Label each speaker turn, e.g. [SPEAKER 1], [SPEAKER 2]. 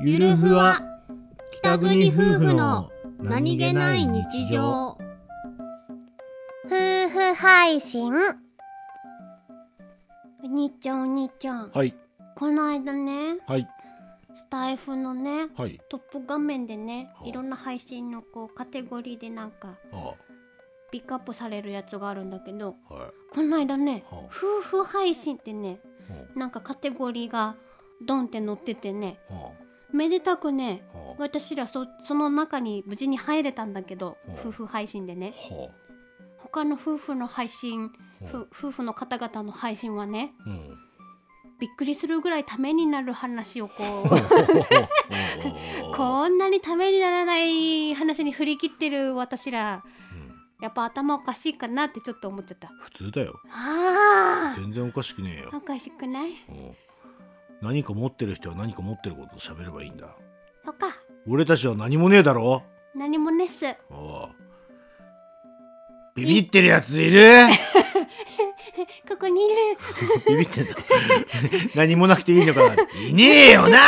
[SPEAKER 1] ゆるふわ北国夫婦の
[SPEAKER 2] 夫婦配信お兄ちゃんお兄ちゃん、
[SPEAKER 1] はい
[SPEAKER 2] この間ね
[SPEAKER 1] はい
[SPEAKER 2] スタイフのね
[SPEAKER 1] はい
[SPEAKER 2] トップ画面でね
[SPEAKER 1] はい
[SPEAKER 2] いろんな配信のこうカテゴリーでなんか
[SPEAKER 1] あ
[SPEAKER 2] ピックアップされるやつがあるんだけど
[SPEAKER 1] はい
[SPEAKER 2] この間ね
[SPEAKER 1] はあ
[SPEAKER 2] 夫婦配信ってね
[SPEAKER 1] は
[SPEAKER 2] なんかカテゴリーがドンって載っててね
[SPEAKER 1] あは
[SPEAKER 2] めでたくね
[SPEAKER 1] あはあ
[SPEAKER 2] 私らそその中に無事に入れたんだけど
[SPEAKER 1] はあ
[SPEAKER 2] 夫婦配信でね
[SPEAKER 1] は
[SPEAKER 2] 他の夫婦の配信
[SPEAKER 1] あ
[SPEAKER 2] ふ夫婦の方々の配信はね
[SPEAKER 1] うん
[SPEAKER 2] びっくりするぐらいためになる話をこ
[SPEAKER 1] ほう
[SPEAKER 2] う
[SPEAKER 1] ほうほうほう
[SPEAKER 2] こんなにためにならない話に振り切ってる私ら
[SPEAKER 1] うん
[SPEAKER 2] やっぱ頭おかしいかなってちょっと思っちゃった
[SPEAKER 1] 普通だよ
[SPEAKER 2] あ
[SPEAKER 1] 全然おかしくねえ
[SPEAKER 2] ーお
[SPEAKER 1] よ、
[SPEAKER 2] かしくな
[SPEAKER 1] う
[SPEAKER 2] い
[SPEAKER 1] ん、何か持ってる人は何か持ってることを喋ればいいんだ
[SPEAKER 2] そっか
[SPEAKER 1] 俺たちは何もねえだろ
[SPEAKER 2] 何もねっす
[SPEAKER 1] ああビビってるやついる
[SPEAKER 2] ここにいる
[SPEAKER 1] ビビってんだ何もなくていいのかないねえよな